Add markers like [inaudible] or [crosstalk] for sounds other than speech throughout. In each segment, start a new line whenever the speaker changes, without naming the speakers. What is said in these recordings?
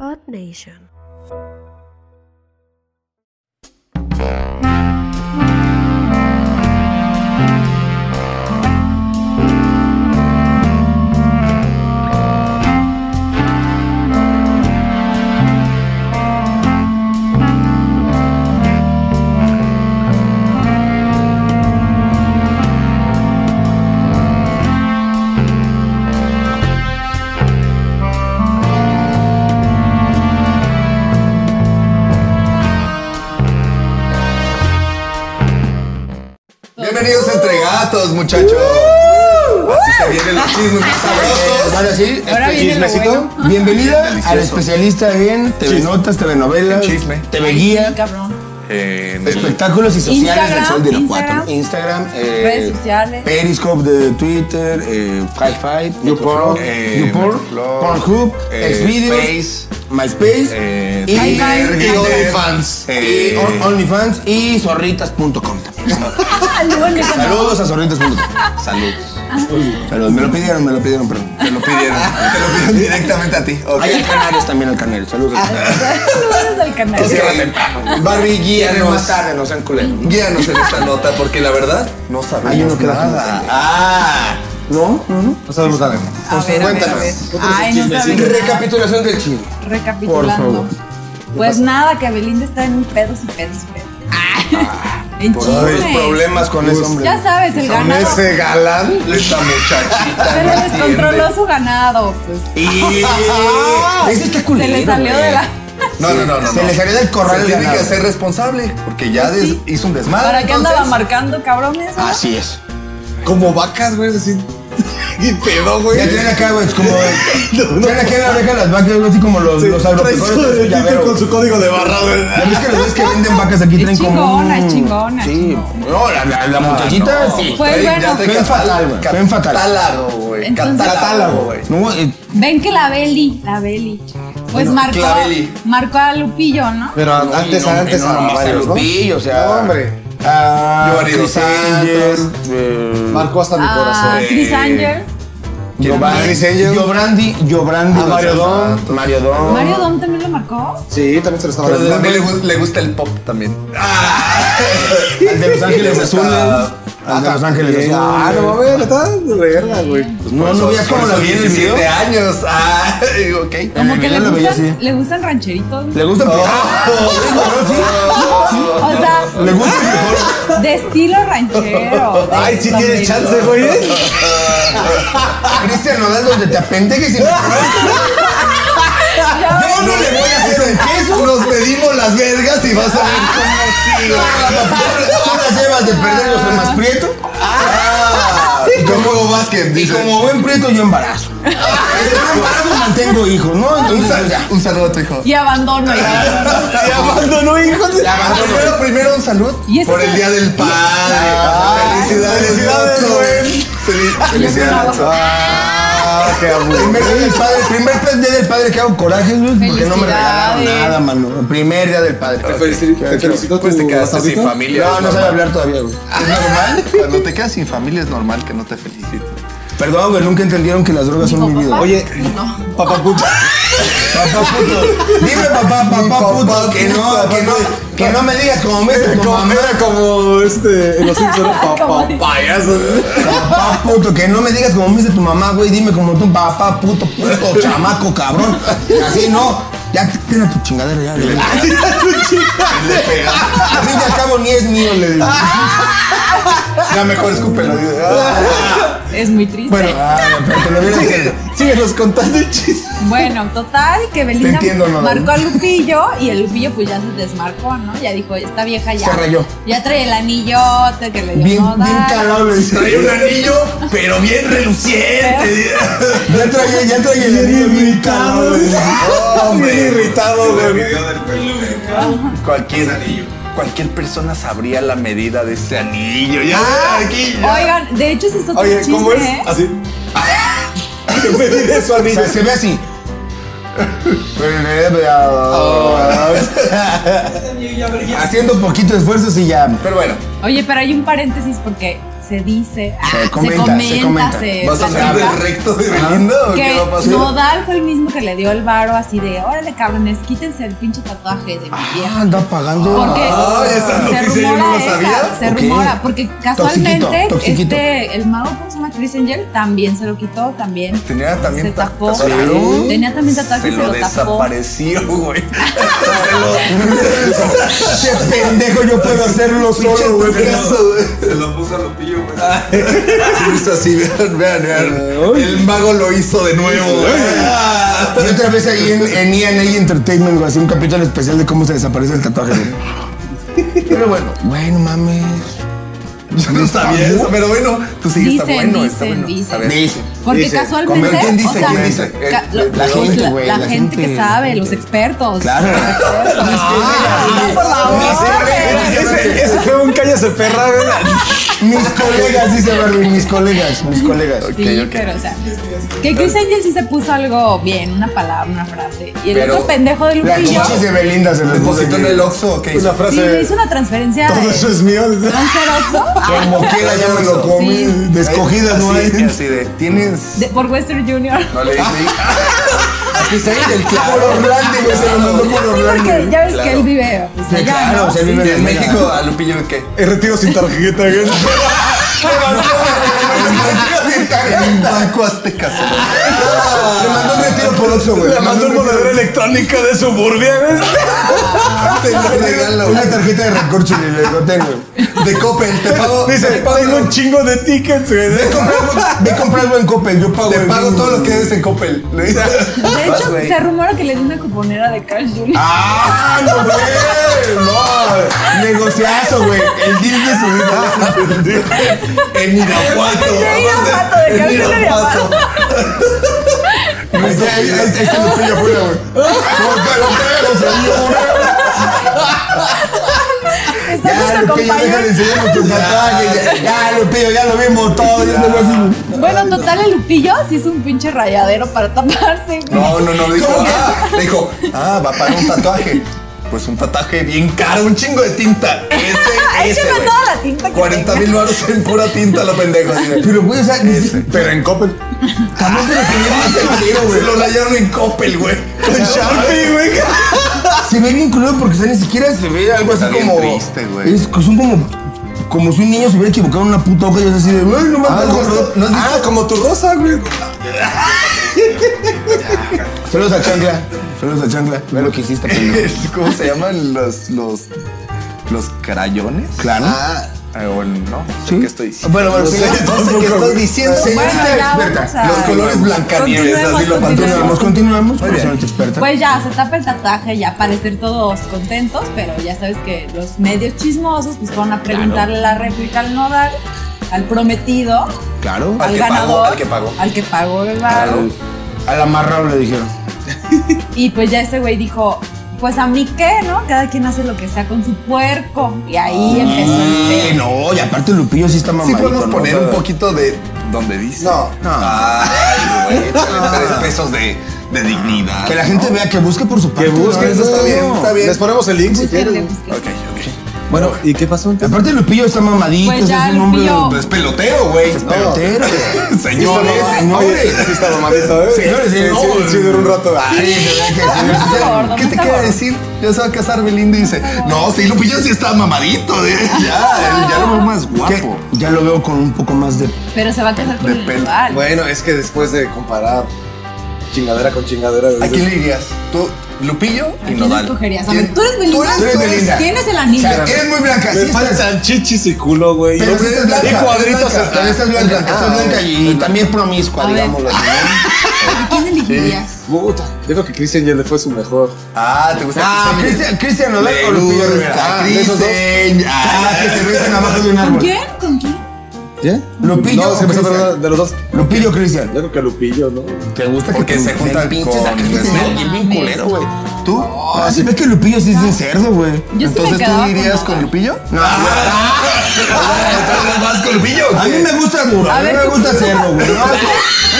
Earth Nation.
Bienvenidos a entre gatos, muchachos. Así se vienen los chismes más sabrosos.
Ahora sí,
Ahora
este
viene lo
chismecito. Bienvenida al especialista en telenotas, telenovelas,
En chisme.
TV Guía,
Cabrón.
En el-
espectáculos y sociales del
Instagram,
Sol de Irapuato.
Instagram.
Instagram, eh,
Redes sociales.
Periscope de Twitter, eh, Hi-Fi, YouPorn,
eh,
YouPorn,
Metroflog,
Pornhub,
eh,
Xvideos,
Space,
MySpace
eh,
y,
Tinder,
y
Tinder,
OnlyFans.
eh,
Y on- OnlyFans y zorritas.com. [laughs] Saludos a zorritas.com.
Salud.
Saludos, me lo pidieron, me lo pidieron, perdón.
Te lo [laughs] pidieron. Te lo pidieron directamente a ti. Ok.
Hay al Canarios también, al Canarios. Saludos.
Saludos al canal.
Ok. Barry,
Quieren más
guíanos.
tarde, no sean culeros.
Guíanos en esta nota porque la verdad no sabemos
Hay uno que la gente
nada.
entiende. Ah, ¿no? No sabemos, sabemos.
A ver, a ver, a
pues, cuéntanos.
ver. Ay, no saben nada.
Recapitulación del chisme.
Recapitulando.
Por
Pues nada, que Belinda está en pedos y pedos y pedos. Ah, en
Los
chisme.
problemas Pues, con ese hombre.
Ya sabes, el
Con
ganado.
ese galán, esta
[laughs]
muchachita.
Se
no
le
entiende.
descontroló su ganado. Pues
Y-
Ah, ese está
se
culero,
le salió
güey.
de la.
No, no, no, no.
Se
no.
le salió del corral
Se
el
tiene que
ganado. Pues
hacer responsable porque ya des- hizo un
Ah,
desmadre.
¿Para qué
entonces.
andaba marcando, cabrones? no?
Así es.
Como vacas, güey, así. [laughs] Y pedo, güey.
Ya tienen acá, güey, es como.
[laughs]
Tienen aquí en la oreja las vacas, güey, así como los, los agropecuarios.
este
traen su llavero, güey.
su código de barra, güey.
Ya ves que los güeyes que venden vacas aquí
Es
traen como. un-
chingona, es chingona, es
Sí.
chingona.
No, la, la, la muchachita
Ah, no.
sí.
Pues
Güey,
bueno.
ya te
Ven
catal-
fatal, güey, ven fatal.
Catálogo, güey.
Entonces-
Catálogo, güey.
No, eh,
Ven que la Beli, la Beli. Pues marcó,
Claveli.
marcó a Lupillo, ¿no?
Pero
No,
antes,
y no,
antes,
eh,
y no,
a
nomás a
varios, ¿no?
Lupillo, o sea.
No, hombre.
Ah,
Giovanni Dos
Chris
Santos,
Angel, eh,
Marcó hasta mi
A
corazón.
Chris Angel.
Giovanni-
Chris Angel.
Giovanni,
Ah,
Giovanni,
A Mario
Dos
Dom.
Santos, Mario Dom.
Mario Dom también lo marcó.
Sí, también se lo estaba
Pero
dando.
también le, gu- le gusta el pop también. [laughs]
Al de Los Ángeles
Está-
Azules. Al de Los Ángeles Azules.
Ah, no mames, está de verga, güey.
Pues
No, no veas cómo la vi en el video.
17 años. Ah, [laughs] ok.
Como
el
que
video
le
lo veía
gustan,
así.
le gustan rancheritos.
Le
Oh.
gusta
O sea,
Le gusta el frijol.
de estilo
[laughs]
ranchero. de
Ay, sí tienes
sombrerito.
chance, güey.
Cristian Nodal donde te
[laughs]
apendejes y me-
Ya ves,
Yo no le voy a hacer el queso. Nos medimos las vergas y vas a ver cómo sigo.
Tú las llevas de perder los demás prieto.
Y Yo juego básquet.
Y
dice.
como buen prieto yo
[laughs]
embarazo. Yo embarazo mantengo hijos, ¿no?
Un,
Entonces
sal-
pues, ya.
un saludo a tu hijo.
[laughs] Y
[laughs]
abandono. ya.
Te
Abandonó, hijo de...
Primero, primero un saludo
Y ese
por el
es-
día del padre.
Ah,
felicidades,
felicidades,
Nacho.
güey.
Fel- Felicidades.
Ah, qué aburrido.
Primer día del padre, primer día del padre que hago corajes, güey, porque no me regalaron
Felicidades.
nada, mano. Primer día del padre.
Te
felici- te felicito
Pues te
tu
quedaste sin
bazarcito.
familia.
No,
es
no sabe
normal.
hablar todavía, [laughs] güey.
Es normal. Cuando te quedas sin familia es normal que no te feliciten.
Perdón, güey, nunca entendieron que las drogas son mi vida.
Oye, papá puto.
Papá puto. Dime papá, papá, puto, que no, que no, que no me digas como me dice tu
Como,
mamá.
era como este, en los Simpsons,
[laughs]
papá payaso.
Papá puto, que no me digas como me dice tu mamá, güey, dime como tú, papá puto, puto, chamaco, cabrón. Así no. Ya te- ten a tu chingadera ya,
[laughs]
le digo.
Le pegas.
Al fin y al cabo ni es mío, le digo.
Ah.
Ya mejor escúpelo. Ah,
Es muy triste.
Bueno,
Bueno,
ah, pero te lo hubiera dicho.
Síguenos contando el chiste.
total, que Belinda
entiendo, no,
marcó a Lupillo y el Lupillo pues ya se desmarcó, ¿no? Ya dijo, esta vieja ya.
Se rayó.
Ya trae el anillote que le dio
Bien,
Nodal.
bien calado le dice.
Trae un anillo, pero bien reluciente.
Ya traía, ya traía el anillo bien calado, le dice.
Bien irritado, güey.
Cualquier anillo. Cualquier persona sabría la medida de ese anillo. Ya,
Ah,
aquí. ya.
Oigan, de hecho ese es otro
Oye,
chisme,
¿cómo
¿eh?
es? Así. Me diré su
O
anillo.
sea, se ve así. Pero en realidad, Haciendo poquito esfuerzo y ya.
Pero bueno,
Oye, pero hay un paréntesis porque se dice, ah, se
comenta,
comenta,
se
se,
comenta.
¿Vas a
platica.
salir del recto de Belinda o
Que
qué va a pasar?
Nodal fue el mismo que le dio el varo así de, órale cabrones, quítense el pinche tatuaje de mi
Ah,
vieja.
anda pagando.
Porque
Ah, esa noticia yo no la
esa,
sabía.
se
Ok.
rumora, porque casualmente
toxiquito.
este el mago ¿cómo se llama Chris Angel también se lo quitó, también
Tenía también
se
ta-
tapó.
tatuaje.
Tenía también tatuaje
Se
y se
lo
lo tapó.
desapareció, güey.
Che pendejo, yo puedo hacerlo solo, güey.
Se lo- Se lo puso a Lupillo, güey. [laughs] Sí, hizo así, vean, vean, vean. El mago lo hizo de nuevo, güey.
Y otra vez ahí en, en ENA Entertainment, güey, hacía un capítulo especial de cómo se desaparece el tatuaje, güey. Pero bueno, bueno, mames.
Yo no sabía eso, pero bueno, tú sí está
Dicen,
bueno, está
dicen,
bueno.
dicen.
A ver.
Dice.
Porque
Dice,
casualmente.
¿pero quién dice?
o sea,
¿Quién dice?
ca-
Eh,
lo-
la
la,
gente,
gente, la,
güey,
la
la
gente
gente.
que sabe, los expertos. [laughs]
Claro.
[laughs]
Ah, por favor,
Ese, ese- ese fue un cállese perra, güey.
Mis colegas, dice Barbie, mis colegas, mis colegas.
Sí, pero o sea, que Chris Angel sí se puso algo bien, una palabra, una frase. Y el
Pero
otro pendejo de
Las
Lupillo
chichis de Belinda se les puso
¿Depositó en
aquí.
el Oxxo o qué hizo?
La
sí
frase.
le hizo una transferencia
Todo eso
de
es mío.
transfer Oxxo
Ah,
Como quiera, ya me lo comí.
Sí.
De escogida no
Así,
hay.
Así de, ¿tienes...?
de- por Western Junior. [laughs]
No le dije. [laughs]
Aquí está ahí del clavo. Por Orlando, güey, se lo mandó por
Sí, porque
Orlando.
ya ves
claro.
que él vive. pues,
Sí,
allá,
claro,
¿no?
se vive
Y
en
en
México.
México a Lupillo ¿qué?
Es retiro sin tarjeta, güey.
En Banco Azteca se lo-
Le mandó un retiro por Oxxo, güey.
Le mandó un monedero electrónica de Este suburbia, güey.
Te lo regalo.
Una tarjeta de recorcho y le digo, ten, güey.
De Coppel, te pago.
Dice,
te pago-
tengo un chingo de tickets, güey.
Ve comprar- Ve comprar buen Coppel, yo pago.
Te
el
pago
mismo.
todo lo que debes en Coppel. Le dice.
De
Vas,
hecho,
güey.
se rumora que le dio una cuponera de Crash Junior.
¡Ah, no, güey! ¡No! Negociazo, güey. El deal de su vida.
[laughs]
En
[laughs]
Irapuato.
De Irapuato, de
En
Coppel de
Irapuato.
Ahí está, ahí está, ahí está Lupillo afuera, güey. ¡Córtalo, pero, señor! Ya,
Está
Lupillo,
con
deja de
compañero.
enseñarnos tu tatuaje. Ya, ya, Lupillo, ya lo vimos todo. Ya te voy a decir-
Bueno, total, el Lupillo sí es un pinche rayadero para taparse. güey. [laughs]
No, no, no. Dijo, ah, le dijo, ah, va para un tatuaje. Pues un tatuaje bien caro, un chingo de tinta.
[laughs]
Ese, ese.
Échame
güey.
toda la tinta que
40 mil baros en pura tinta, lo pendejo. dice.
Pero, güey, o sea, ni si-
Pero en Coppel.
también pero se ve [laughs] bien culero,
Se
güey.
lo rayaron en Coppel, güey.
Con Sharpie, güey.
Se ve bien culero porque, o sea, ni siquiera se ve algo así
Está bien
como.
triste, güey.
es- Son como. Como si un niño se hubiera equivocado en una puta hoja y es así de. ¡Ay, no me
Ah,
acuerdo".
¿No has visto como tu rosa, güey?
Saludos a Chancla. Saludos a Chancla. Ve lo que hiciste, pendejo.
¿Cómo se llaman los los los crayones?
Claro.
Ah, eh, o no, sé qué estoy diciendo.
Bueno, bueno,
No sé-
señorita,
no sé qué estoy diciendo.
Señorita
Bueno, ya vamos
experta.
a-
Los colores blancanieves,
Continuemos,
así lo
Continuamos,
patrocinamos.
continuamos.
Muy bien.
Señorita experta.
Pues ya, se tapa el tatuaje, ya parecer todos contentos, pero ya sabes que los medios chismosos pues fueron a preguntarle la réplica al nodal, al prometido,
Claro.
Al
al,
que pagó,
ganador,
al que pagó.
al que pagó el varo.
Claro.
Al amarrado le dijeron.
[laughs] Y pues ya ese güey dijo, pues a mí qué, ¿no? Cada quien hace lo que sea con su puerco. Y ahí empezó el pedo.
Eh, no, y aparte Lupillo sí está
Sí
mamadito.
podemos
¿no?
poner
O sea,
un poquito de donde dice.
No, no.
Ay, [laughs] güey, échale tres pesos de, de dignidad.
Que la gente vea que busque por su parte.
Que busquen,
¿no?
eso está bien,
No.
está bien. Les ponemos el link si
Búsquenle,
quieren.
búsquenle.
Ok, ok.
Bueno, ¿y qué pasó entonces?
Aparte Lupillo está mamadito,
Pues ya,
es un hombre
Lupillo.
Pues pelotero, güey.
pelotero.
Señores,
Sí,
señores.
Sí, está mamadito, ¿eh?
Señores,
sí,
no,
sí,
güey.
sí, duró un rato.
Ay, se ve que sí,
No
no sé.
está gordo,
¿Qué
no
te
está
quiere
gordo.
decir? Ya se va a casar Belinda y dice, no, sí, Lupillo sí está mamadito, de, ya, él ya lo veo más guapo.
Que Ya lo veo con un poco más de.
Pero se va a casar con
de
el
pelo.
nodal.
Bueno, es que después de comparar chingadera con chingadera.
¿A quién le dirías? ¿Tú, Lupillo
¿A
y
quién
Nodal?
escogerías? A
¿Quién-
ver, tú eres Belinda.
eres Belinda.
Tienes el anillo.
O sea, eres muy blanca, sí
Me
estás-
faltan chichis y culo, güey.
Pero sí estás blanca,
y cuadritos.
estás blanca, estás blanca, estás
Ah,
blanca y también promiscua,
A ver.
digámoslo así.
¿A quién elegirías?
Puta, yo creo que Christian ya le fue su mejor.
Ah, ¿te gusta
Ah, Cristian- Cristian Nodal o Lupillo Rivera.
Ah,
Ah, de esos dos.
Cristian. [laughs]
Ah, que se besan abajo de un
¿Con
árbol.
quién? ¿Con quién?
¿Ya?
Lupillo
[laughs] No, se
o
empezó a
Christian.
hablar de los dos. Yo
Lupillo Cristian.
creo que Lupillo, ¿no?
¿Te gusta
Porque se juntan
pinches
con-
Snoop?
No
bien
mames.
culero, güey.
¿Tú?
Ah, se ve que Lupillo sí es un cerdo, güey.
Yo sí me
Entonces tú
quedaba
irías con
Nodal.
Lupillo? No. ¿Entonces vas con Lupillo?
A mí me gusta duro, a
A
mí
ver,
me
¿tú-
gusta
tú-
cerdo, güey. No,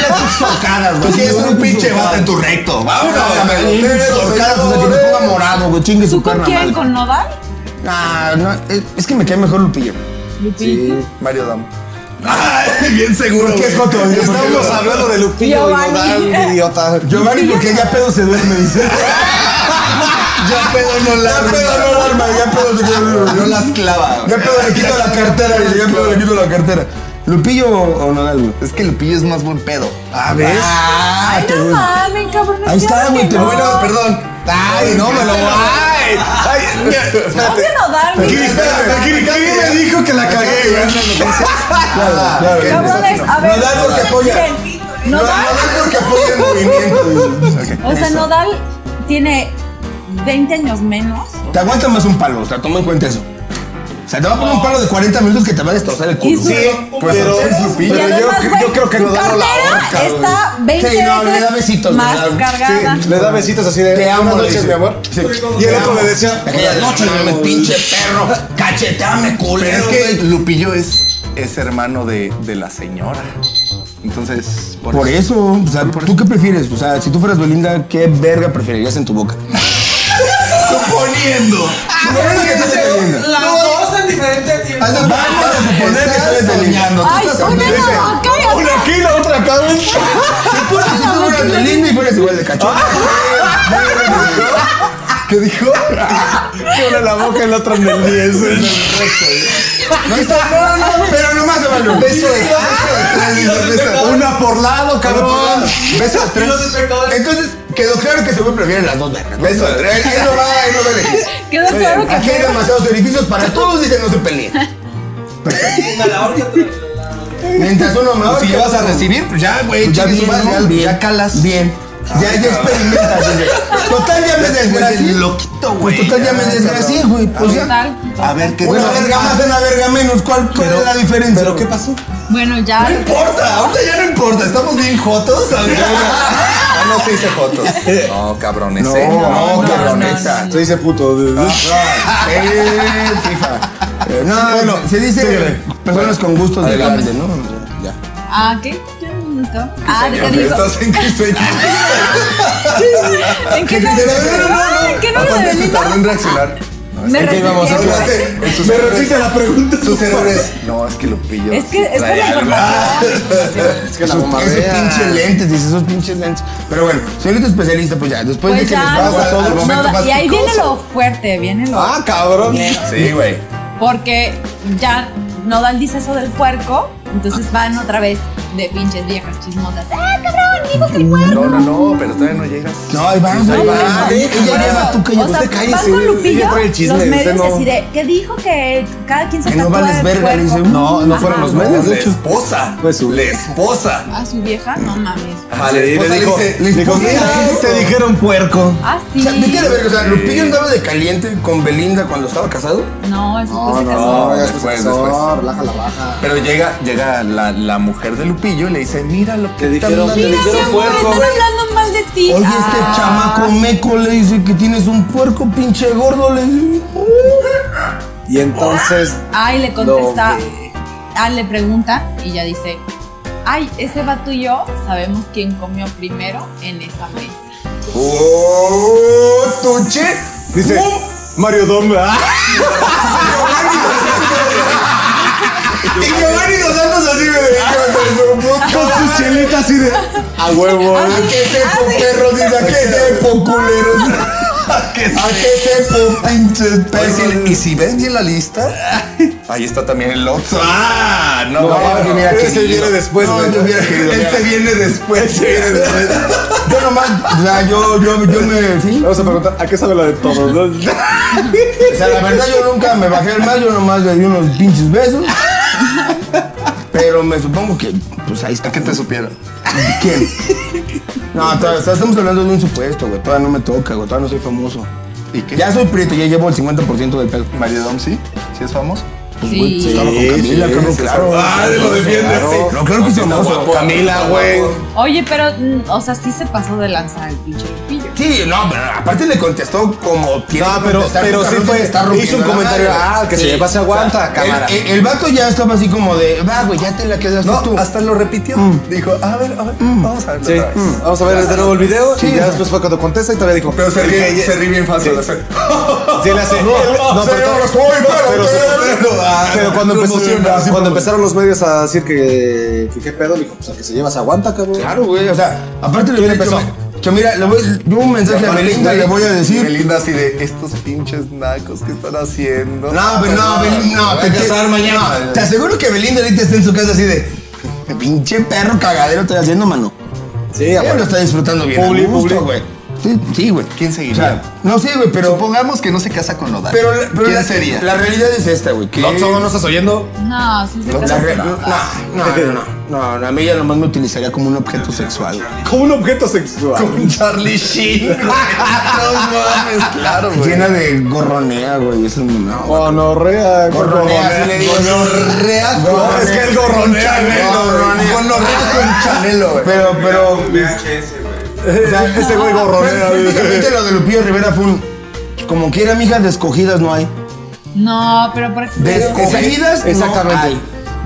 Unas socadas, güey.
Tú tienes un pinche vato en
tu...
tu recto. Vámonos,
Ah, Socadas, o sea, que me ponga morado, güey. Chingue
¿Tú
su
con
perra
quién?
madre.
¿Con Nodal?
Ah, no, es- es que me cae mejor Lupillo.
Lupillo.
Mario Damo. Ay, bien seguro.
¿Qué es
güey.
Joto?
Estamos hablando de Lupillo
Giovanni.
Nodal, idiota.
Giovanni, porque ya pedo se duerme, dice.
Ya pedo no la
Ya pedo no la arma, ya pedo se queda-
No las clava. güey.
Ya pedo le quito la cartera, dice, ya pedo le quito la cartera. ¿Lupillo o Nodal, güey?
Es que Lupillo es más buen pedo.
Ah, ¿ves? Ah,
Ay,
te
no
voy-
mamen, cabrón.
Ahí está,
claro
güey,
que
te
no.
voy a-
Perdón.
Ay, no me lo
Ay, ay, mira, espérate.
Obvio no dar, mi
¿Qué, espérate, ¿qué- qué me dijo que la cagué, güey?
Claro, claro.
¿Qué?
Cabrones, a ver.
Nodal porque apoya.
miren, Nodal,
porque apoya el movimiento. dice.
o sea, Nodal tiene 20 años menos.
Te aguanta más un palo, o sea, toma en cuenta eso. O sea, te va a poner un palo de 40 minutos que te va a destrozar el
Y
culo.
su- Sí,
pues,
pero
entonces,
es
Y
Lupillo.
además,
yo-
güey,
yo creo que
su
Nodal no la
cartera
ahorca,
está 20
Sí, no, le da
veces
besitos,
más
Nodal.
cargada.
Le da besitos así de.
Te amo,
"Buenas
le
noches,
dice.
mi amor.
Sí.
Y el
Te
otro
amo.
le decía.
Aquella noche, mames, pinche perro, cacheteame,
Pero
culero.
es
güey.
que Lupillo es, es hermano de, de la señora. Entonces,
Por eso, o sea, ¿tú qué prefieres? O sea, si tú fueras Belinda, ¿qué verga preferirías en tu boca?
Suponiendo.
Suponiendo que tú seas Belinda.
Las dos en diferente tiempo.
Vamos a suponer que tú eres Belinda.
Ay, una en la boca y otra.
Una aquí, la otra acá, ¿ves?
Si fueras, si tú fueras Belinda y fueras igual de cachorro.
Ah. ¿Qué dijo? Que una en la boca y la otra en el 10.
No, no, no, pero nomás se vale un beso de
Una por lado, cabrón.
Beso de
Y los espectadores.
Entonces, quedó claro que se puede prefieren las dos vergas. Beso de tres. Él no va, él no va a elegir.
Quedó claro que
Aquí hay demasiados edificios para todos, dicen no se peleen.
Una la otra, otra la-
Mientras uno me
Si ya vas a recibir, pues ya, güey.
Ya
chingue su
bien,
madre,
¿no?
ya,
Bien.
ya calas. Bien.
Ya, ya experimentas. dice. Total, ya me
Después
desgracié.
del loquito, güey.
Pues total, ya me desgracié, güey. Pues ya.
Total.
A ver, ¿qué
Una verga más, una verga menos. ¿Cuál, cuál es la diferencia?
¿Pero qué pasó?
Bueno, ya.
No importa, ahorita ya no importa. Estamos bien jotos. A ver. Ah, no se dice jotos. No, cabrones.
No,
eh.
no,
no,
cabrones.
no, no,
Se dice puto.
Eh, FIFA. Eh, No, bueno, se dice personas con gustos de grande, ¿no? Ya.
Ah, ¿qué? Yo no estaba. Ah, ¿de qué
Pero
digo?
Estás en que sueño.
¿En qué no? Ah, ¿En qué no lo de
Aparte, se
Belinda?
tardó en reaccionar.
Me resistí.
Me repite la pregunta. Sus errores. No, es que lo pillo.
Es que es por
Trae
la
algo.
información.
Es que la
Esos, esos pinches
bombardea.
lentes, dices, esos pinches lentes. Pero bueno, soy ahorita especialista, pues ya, después de
Pues
que les
ya.
pasa todo el
no,
momento
no,
más
y ahí
picoso.
viene lo fuerte, viene lo.
Ah, cabrón.
Sí, güey.
Porque ya Nodal dice eso del puerco, entonces van otra vez de pinches viejas chismosas. ¡Ah, cabrón! Digo que el puerco.
No, no, no, pero todavía no llegas.
No, ahí vas, ahí
Ahí
vas.
va,
Por eso,
ella lleva tu calle,
o sea,
usted cállese,
van con
ella
Lupillo,
trae el chisme,
los
usted
medios
no.
así de, que dijo que cada quien se
Que no
tatúa
vales
el
verga, le
puerco.
dice,
No, no fueron
Ajá.
los medios,
La
de hecho.
esposa.
Fue su-
La esposa.
A su vieja, no mames.
Ajá, la esposa le dice,
le dijo,
esposa
"Mira,
dijo".
te dijeron puerco.
Ah,
O
sí.
sea, vete a la verga, o sea, Lupillo andaba de caliente con Belinda cuando estaba casado. Pues
No, pues, eso
No,
se
no,
casó.
ya
Después,
después,
después.
después. Relaja la baja.
Pero llega, llega la, la mujer de Lupillo y le dice, mira lo que
Te
te
dijeron-
andan
te
Mira, mi
dijeron
amor,
puerco.
están hablando mal de ti.
Oye,
Ah.
este chamaco meco le dice que tienes un puerco pinche gordo, le dice.
Y entonces.
Ay, le contesta.
No,
ah, le pregunta y ya dice: Ay, ese vato y yo sabemos quién comió primero en esa mesa.
¡Oh, tuche! Dice. Mario Dom.
Y Giovanni dos Santos así me dedica
Con su chelita así de. A huevo.
¿A qué sepo perro? Dice, ¿a qué sepo culero? ¿A qué sepo pinches
Oye, si- y
perros?
si ves bien la lista, ahí está también el Oxxo. ¡Ah! No,
yo hubiera
Ese
querido.
viene después,
No,
güey.
yo hubiera querido.
Él se viene después.
Yo nomás, o sea, yo, yo, yo me. ¿sí?
Vamos a preguntar, ¿a qué sabe la de todos? no?
O sea, la verdad yo nunca me bajé al mar, yo nomás le di unos pinches besos. Pero me supongo que, pues ahí está.
¿A qué te supieron?
¿Quién? No, todavía, o sea, estamos hablando de un supuesto, güey. Todavía no me toca, güey. Todavía no soy famoso.
¿Y qué?
Ya soy prieto, ya llevo el 50% del pelo.
Mario Dom, sí. Sí es famoso.
Pues, güey,
Sí.
estaba con Camila,
Sí,
cabrón,
sí,
claro.
Ah, lo defiende,
Claro.
sí.
No, claro que es famoso.
Camila, güey.
Oye, pero, mm, o sea, sí se pasó de lanzar el pinche Lupillo.
Sí, no, pero Ah, aparte le contestó como tiene
No,
que
pero,
contestar,
pero
tu
sí
cabrón,
fue.
te está
hizo un
rompiendo la
comentario.
madre.
Ah, que
Sí.
se lleva, se aguanta, cámara.
El, el- el vato ya estaba así como de, va, güey, ya te la quedaste
No,
tú. Mm.
hasta lo repitió. Dijo, a ver, a ver, vamos a verlo
Sí.
otra vez.
Mm. Vamos a ver de nuevo el video.
Sí,
y ya
sí.
después fue cuando contesta y todavía dijo.
Pero se ríe,
"Dije,
se ríe bien fácil.
"Ah,
Sí, le hace. No, pero.
Señores, voy para
pero se-
ustedes. Ah,
Pero cuando, empezó-
promociona, sí,
cuando
promociona.
empezaron los medios a decir que, que qué pedo, dijo, pues al que se lleva se aguanta, cabrón.
Claro, güey. O sea, aparte le
¿Quién
hubiera dicho,
empezó?
"Cho, mira, le voy, yo un mensaje a
Aparte,
Belinda
güey,
le voy a decir.
Belinda así de estos pinches nacos que están haciendo.
Ah,
No, pero no, Belinda, no,
Te voy a casar mañana.
no, te aseguro que Belinda ahorita está en su casa así de. "Qué Pinche perro cagadero estoy haciendo, mano.
Sí,
Ella lo
aguanta.
está disfrutando bien. a
Publi,
gusto,
publi.
güey. Sí, sí, güey.
¿Quién seguiría?
O sea, no sé, güey, pero.
Supongamos que no se casa con Nodal.
Pero, pero
¿Quién
la,
sería?
la realidad es esta, güey. que-
Lotso, ¿no estás oyendo?
No, sí, se
La
trata
re-
de-
no, no, no, no, no, no, a mí ella nomás me utilizaría como un objeto sexual. güey.
Como un objeto sexual.
Con Charlie Sheen. güey. [laughs] no mames, claro, güey.
Llena de gorronea, güey. Eso no.
Gonorrea,
Gorronea, así le digo.
Gonorrea con-
Es que el gorronea,
Chanelo,
güey.
güey. Gonorrea con Chanelo, güey.
Pero, pero.
VHS, güey.
o [laughs] sea,
Ese güey gorronea,
Pero,
güey.
Prácticamente lo de Lupillo Rivera fue un. Como quiera, mijas de escogidas no hay.
No, pero por ejemplo.
De escogidas. no hay.
Exactamente.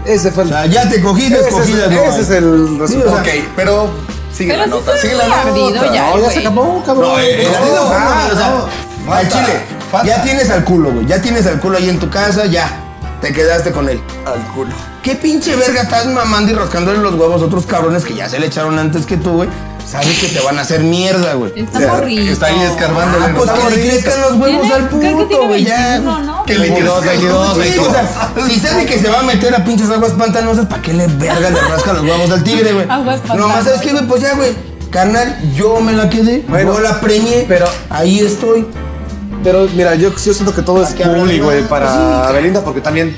Ese fue
o
el.
sea, ya te cogí de
Ese es-
escogidas no
ese
hay.
es el
Sí, o sea,
resultado.
Pues, Ok, pero sigue
Pero
la
sí
nota,
fue
sigue
muy
la nota.
ardido ya,
No, ya
Ah, güey.
se acabó, cabrón.
No, eh,
El
No,
ardido fue,
falta,
güey, ah, o sea,
no,
al
falta,
chile.
falta.
Ya tienes al culo, güey. Ya tienes al culo ahí en tu casa, ya. Te quedaste con él.
Al culo.
¿Qué pinche verga estás mamando y rascándole los huevos a otros cabrones que ya se le echaron antes que tú, güey? Sabes que te van a hacer mierda, güey.
Está morrito.
Está ahí escarbándole.
Ah,
¿no?
pues que le crezcan los huevos
Tiene-
al
creo que
puto,
tiene
güey. Ya.
21, ¿no?
Que le
22,
crezcan
22,
los
22. O sea, [laughs] si sabe que se va a meter a pinches aguas pantanosas, ¿para qué le verga le rasca los huevos al tigre, güey?
Aguas pantanosas.
No, más sabes qué, güey, pues ya, güey. Carnal, yo me la quedé,
Bueno,
yo la preñé,
pero-
ahí estoy.
Pero mira, yo, yo siento que todo es
Aquí hablando
público,
de-
güey, para
Sí, claro.
Belinda, porque también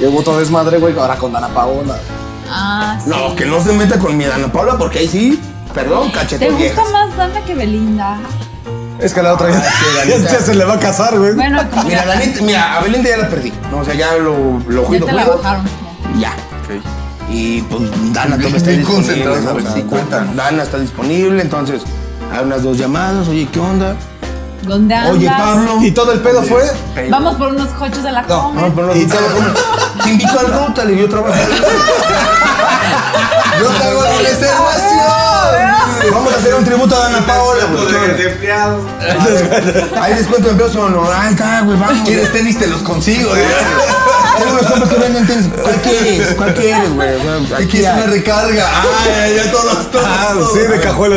hubo otro desmadre, güey, ahora con Dana Paola.
Ah, sí.
No, que no se meta con mi Dana Paula, porque ahí sí, perdón, cachete
¿Te gusta más Dana que Belinda?
Es que la otra ya,
es
[laughs]
que
ya-
Danita-
ya se le va a casar, güey.
Bueno, como
Mira,
ya,
Danita, mira, a Belinda ya la perdí. No, o sea, ya lo, lo
ya
cuido,
te la
cuido,
bajaron.
Ya. Y pues Dana
Bien-
todavía está
bien
disponible.
concentrados,
¿no?
a ver
O sea,
si cuentan.
Dana está disponible, entonces hay unas dos llamadas. Oye, ¿qué onda?
¿Dónde andas?
Oye, Pablo.
Y todo el pedo fue.
Vamos por unos cochos de la
No,
Comer.
no, pero no,
Y
te lo como. Te invito al ruta, le dio trabajo.
Yo te hago la reservación.
Vamos a hacer un tributo a Dana Paola, güey. ¿qué
de,
onda?
de empleado.
Ahí descuento de empleos o no. Ahí está, güey, vamos.
¿Quieres tenis? Te los consigo. güey.
Tengo unos compas que venden tenis. ¿Cuál quieres? ¿Cuál quieres, güey? O sea,
¿Qué
aquí
quieres?
hay.
Una recarga. Ah, ya, ya todos, todos.
Ah,
todos.
sí, de cajuela.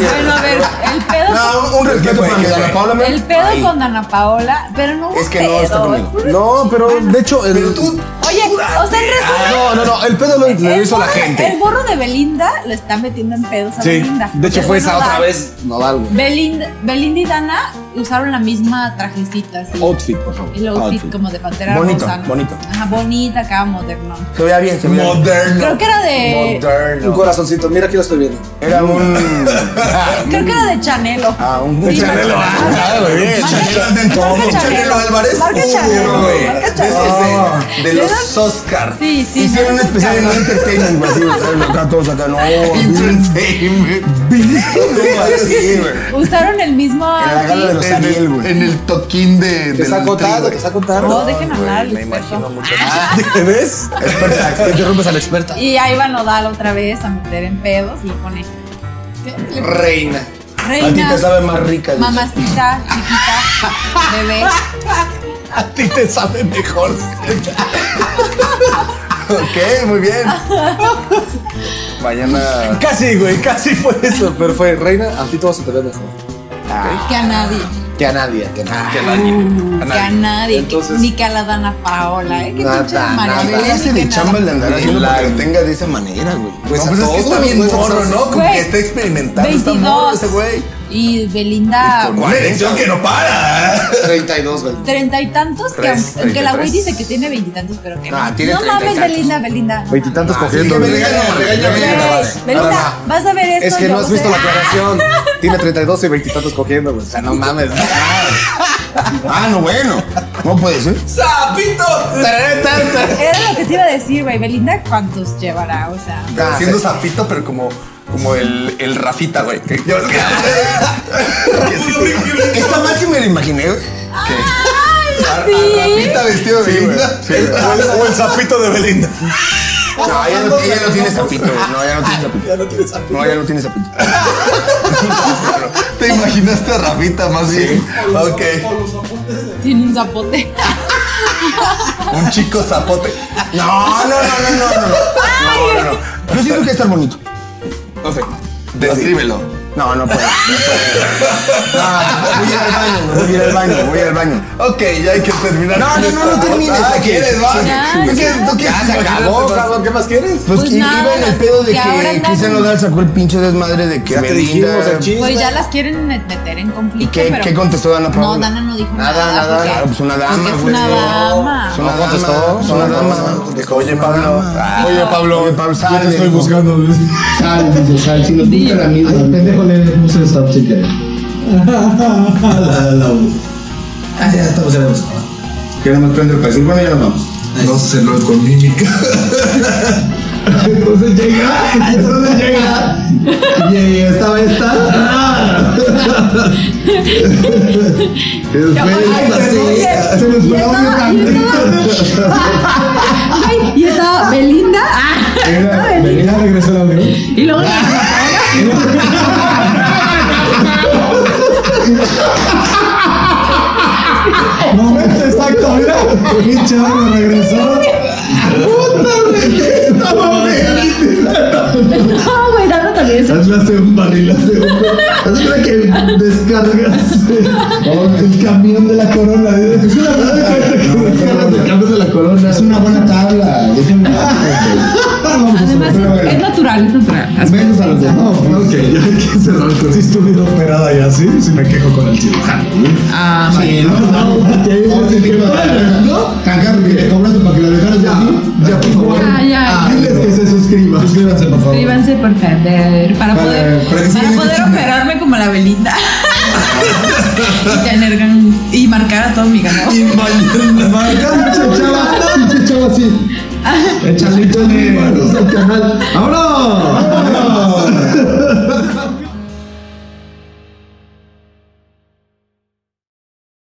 Bueno, a ver, el pedo.
No, un respeto
fue?
para mi
¿Qué
Dana
fue?
Paola. men.
El pedo
Ahí.
con Dana Paola, pero no hubo
Es que no
pedo.
está conmigo.
No, pero de hecho. El,
Oye, o sea, en resumen.
No, no, no, el pedo lo, lo
el
hizo la
gorro- El
gente.
gorro de Belinda lo está metiendo en pedos a
Sí,
Belinda.
de hecho
Porque
fue esa
bueno,
otra
da-
vez. No da algo.
Belinda, Belinda y Dana usaron la misma trajecita, así.
Outfit, por favor.
El outfit,
outfit.
como de pantera
Bonito,
rosa, ¿no?
bonito.
Ajá, bonita, acá moderno.
Se veía bien, se veía bien.
Creo
Moderno.
que era de.
Un corazoncito, mira aquí lo estoy viendo.
Era un.
Creo que era de Chanelo.
Ah, un- un
Chanelo,
marca-
ah, claro,
marca-
bien,
marca-
Chanelo anda en
marca
todo. Chanelo Álvarez.
Marca
Uh,
Chanelo.
güey.
Marca
De esos
Chanelo.
de- de los Oscars.
Sí, sí.
Hicieron un
marca
especial en
Chanelo.
Entertainment, güey. Así, güey, ¿sabes? acá todos acá, no.
Entertainment.
Sí, güey.
Usaron el mismo.
En la gala de los
En
Ariel,
el,
güey.
en el toquín de.
Te
del
está contando,
tri,
te
güey.
está contando. [laughs]
No, dejen
Güey,
hablar.
Me
Lisberto.
imagino mucho.
¿Ves?
Experta, interrumpes a la experta.
Y ahí va Nodal otra vez a meter en pedos y le pone. ¿qué? Le pone,
Reina.
A ti
Reina.
te sabe más rica. dice.
Mamacita, chiquita, bebé.
A ti te sabe mejor. ok, muy bien. Mañana.
Casi, güey, casi fue eso. Pero fue, reina, a ti todo se te ve mejor.
Que a nadie.
Que a nadie, que a nadie.
Que la Ah, lleve. A
Que a
nadie.
nadie. que-
Entonces-
ni que a la Dana Paola. ¿eh? Que
Nada,
pinche María
nada.
Belén,
¿Qué hace
ni que
de
nada.
chamba le andará haciendo para que
Milagro.
lo tenga de esa manera, güey?
Pues,
No, pues es
a
que
todos,
está bien
güey,
morro,
todos.
¿no?
Como
Güey,
que está experimentando, está morro
22.
ese güey.
Y Belinda.
Con una erección que no para. ¿eh?
32, güey.
Treinta y tantos, que
Tres,
aunque aunque la güey
treinta y tres.
dice que tiene veintitantos, pero que no.
Ah, tiene
no
treinta y
mames,
tantos.
Belinda, Belinda. no mames.
Veintitantos
Ah,
cogiendo.
sí, que me
güey.
regaña, me regaña, me
Güey,
regaña.
Belinda, vas a ver esto.
Es que
y
no
vas
has
a
visto la
ver-
aclaración. Tiene 32 y 20 tantos cogiendo, güey.
sea, no mames. Ah, no, bueno. No puede ser.
¡Sapito!
Ah, Era lo que te iba a decir, güey. Belinda, ¿cuántos llevará? O sea.
Pero haciendo sapito, pero como, como el, el Rafita, güey. Que, ya ves [laughs] que- que sí, sí.
Está mal que me lo imaginé, güey.
Sí.
Rafita vestido de linda.
O el sapito de Belinda.
No, ya no, ya no tiene zapito, güey. No, [laughs] ya no tiene zapito. Ya no tiene zapito. No, ya no tiene zapito.
¿Te imaginaste a Rafita más bien? Ok.
[laughs]
Tiene un zapote.
Un chico [laughs] zapote.
Ah, No, no, no, no, no, no, no. No, no, no. Yo siento que estar bonito.
No sé. Descríbelo.
No, no puedo. No, puedo. no voy a ir al baño, voy a ir al baño, voy a ir al baño.
Ok, ya hay que terminar.
No,
con
no,
esta
no, no
nota.
termines.
Ah, ¿quieres? Va.
Ya,
¿Tú quieres? ¿Tú quieres?
Ya, se acabó, cabrón. ¿Qué más quieres?
Pues,
Pues
i-
nada,
iba en el pedo de
que ahora
que
andan-
Cristian Nodal sacó el pinche desmadre de que
Ya te dijimos
Belinda-
el chisme.
Pues ya las quieren met- meter en conflicto.
¿Qué-
pero-
qué contestó Dana Paola?
No, Dana no dijo
Nada,
nada.
nada,
porque-
claro, pues una dama,
porque Es
güey,
una
no.
dama.
Es una
No
dama,
contestó,
es una
no,
dama.
no, no contestó.
Oye, Pablo.
Ah.
Oye, Pablo. Oye, Pablo,
Yo
sal.
te estoy buscando.
Sal, dice, sal, si nos gusta la misma. Ay, pendejo, le puse el stop sin querer. la, la, Ah, ya estamos, ya vamos. Que era más prende para decir, bueno, ya nos vamos.
No se lo con mímica.
Entonces llega, entonces llega. Y ahí estaba esta. Ah. Y después,
Ay, pero
así,
oye,
pues se nos
y
fue el audio
estaba- y Ay,
[laughs]
y estaba Belinda. Ah,
Era- Belinda regresó el audio.
y luego.
Momento exacto, mira. Mi chavo me regresó. Puta, güey, estaba Belinda.
No, güey, Dana también.
Haz la segunda, haz la segunda. Haz la que descargas el camión de la corona. Es una el camión de la corona. Es una buena tabla.
Además, es, es natural, es natural. Así.
Menos a los de no, Ah, ok, ya hay que cerrar con si estuviera operada y así, si me quejo con el cirujano. Ah, sí, no, no, no, que paguen, ¿no? Cagar, que te cobraste para que la dejaras de aquí, ya por favor.
Ah, ya.
Diles que se suscriban. Suscríbanse, por favor.
Suscríbanse por perder para
Para-
poder,
para que se
para,
quede
poder
chinga.
operarme como la
[laughs]
Belinda y tener gan- y marcar a todo mi ganado.
Y mañana.
[laughs] Marca, pinche chava, pinche chava [laughs] así. Échale, échale. Manos al canal. ¡Vámonos!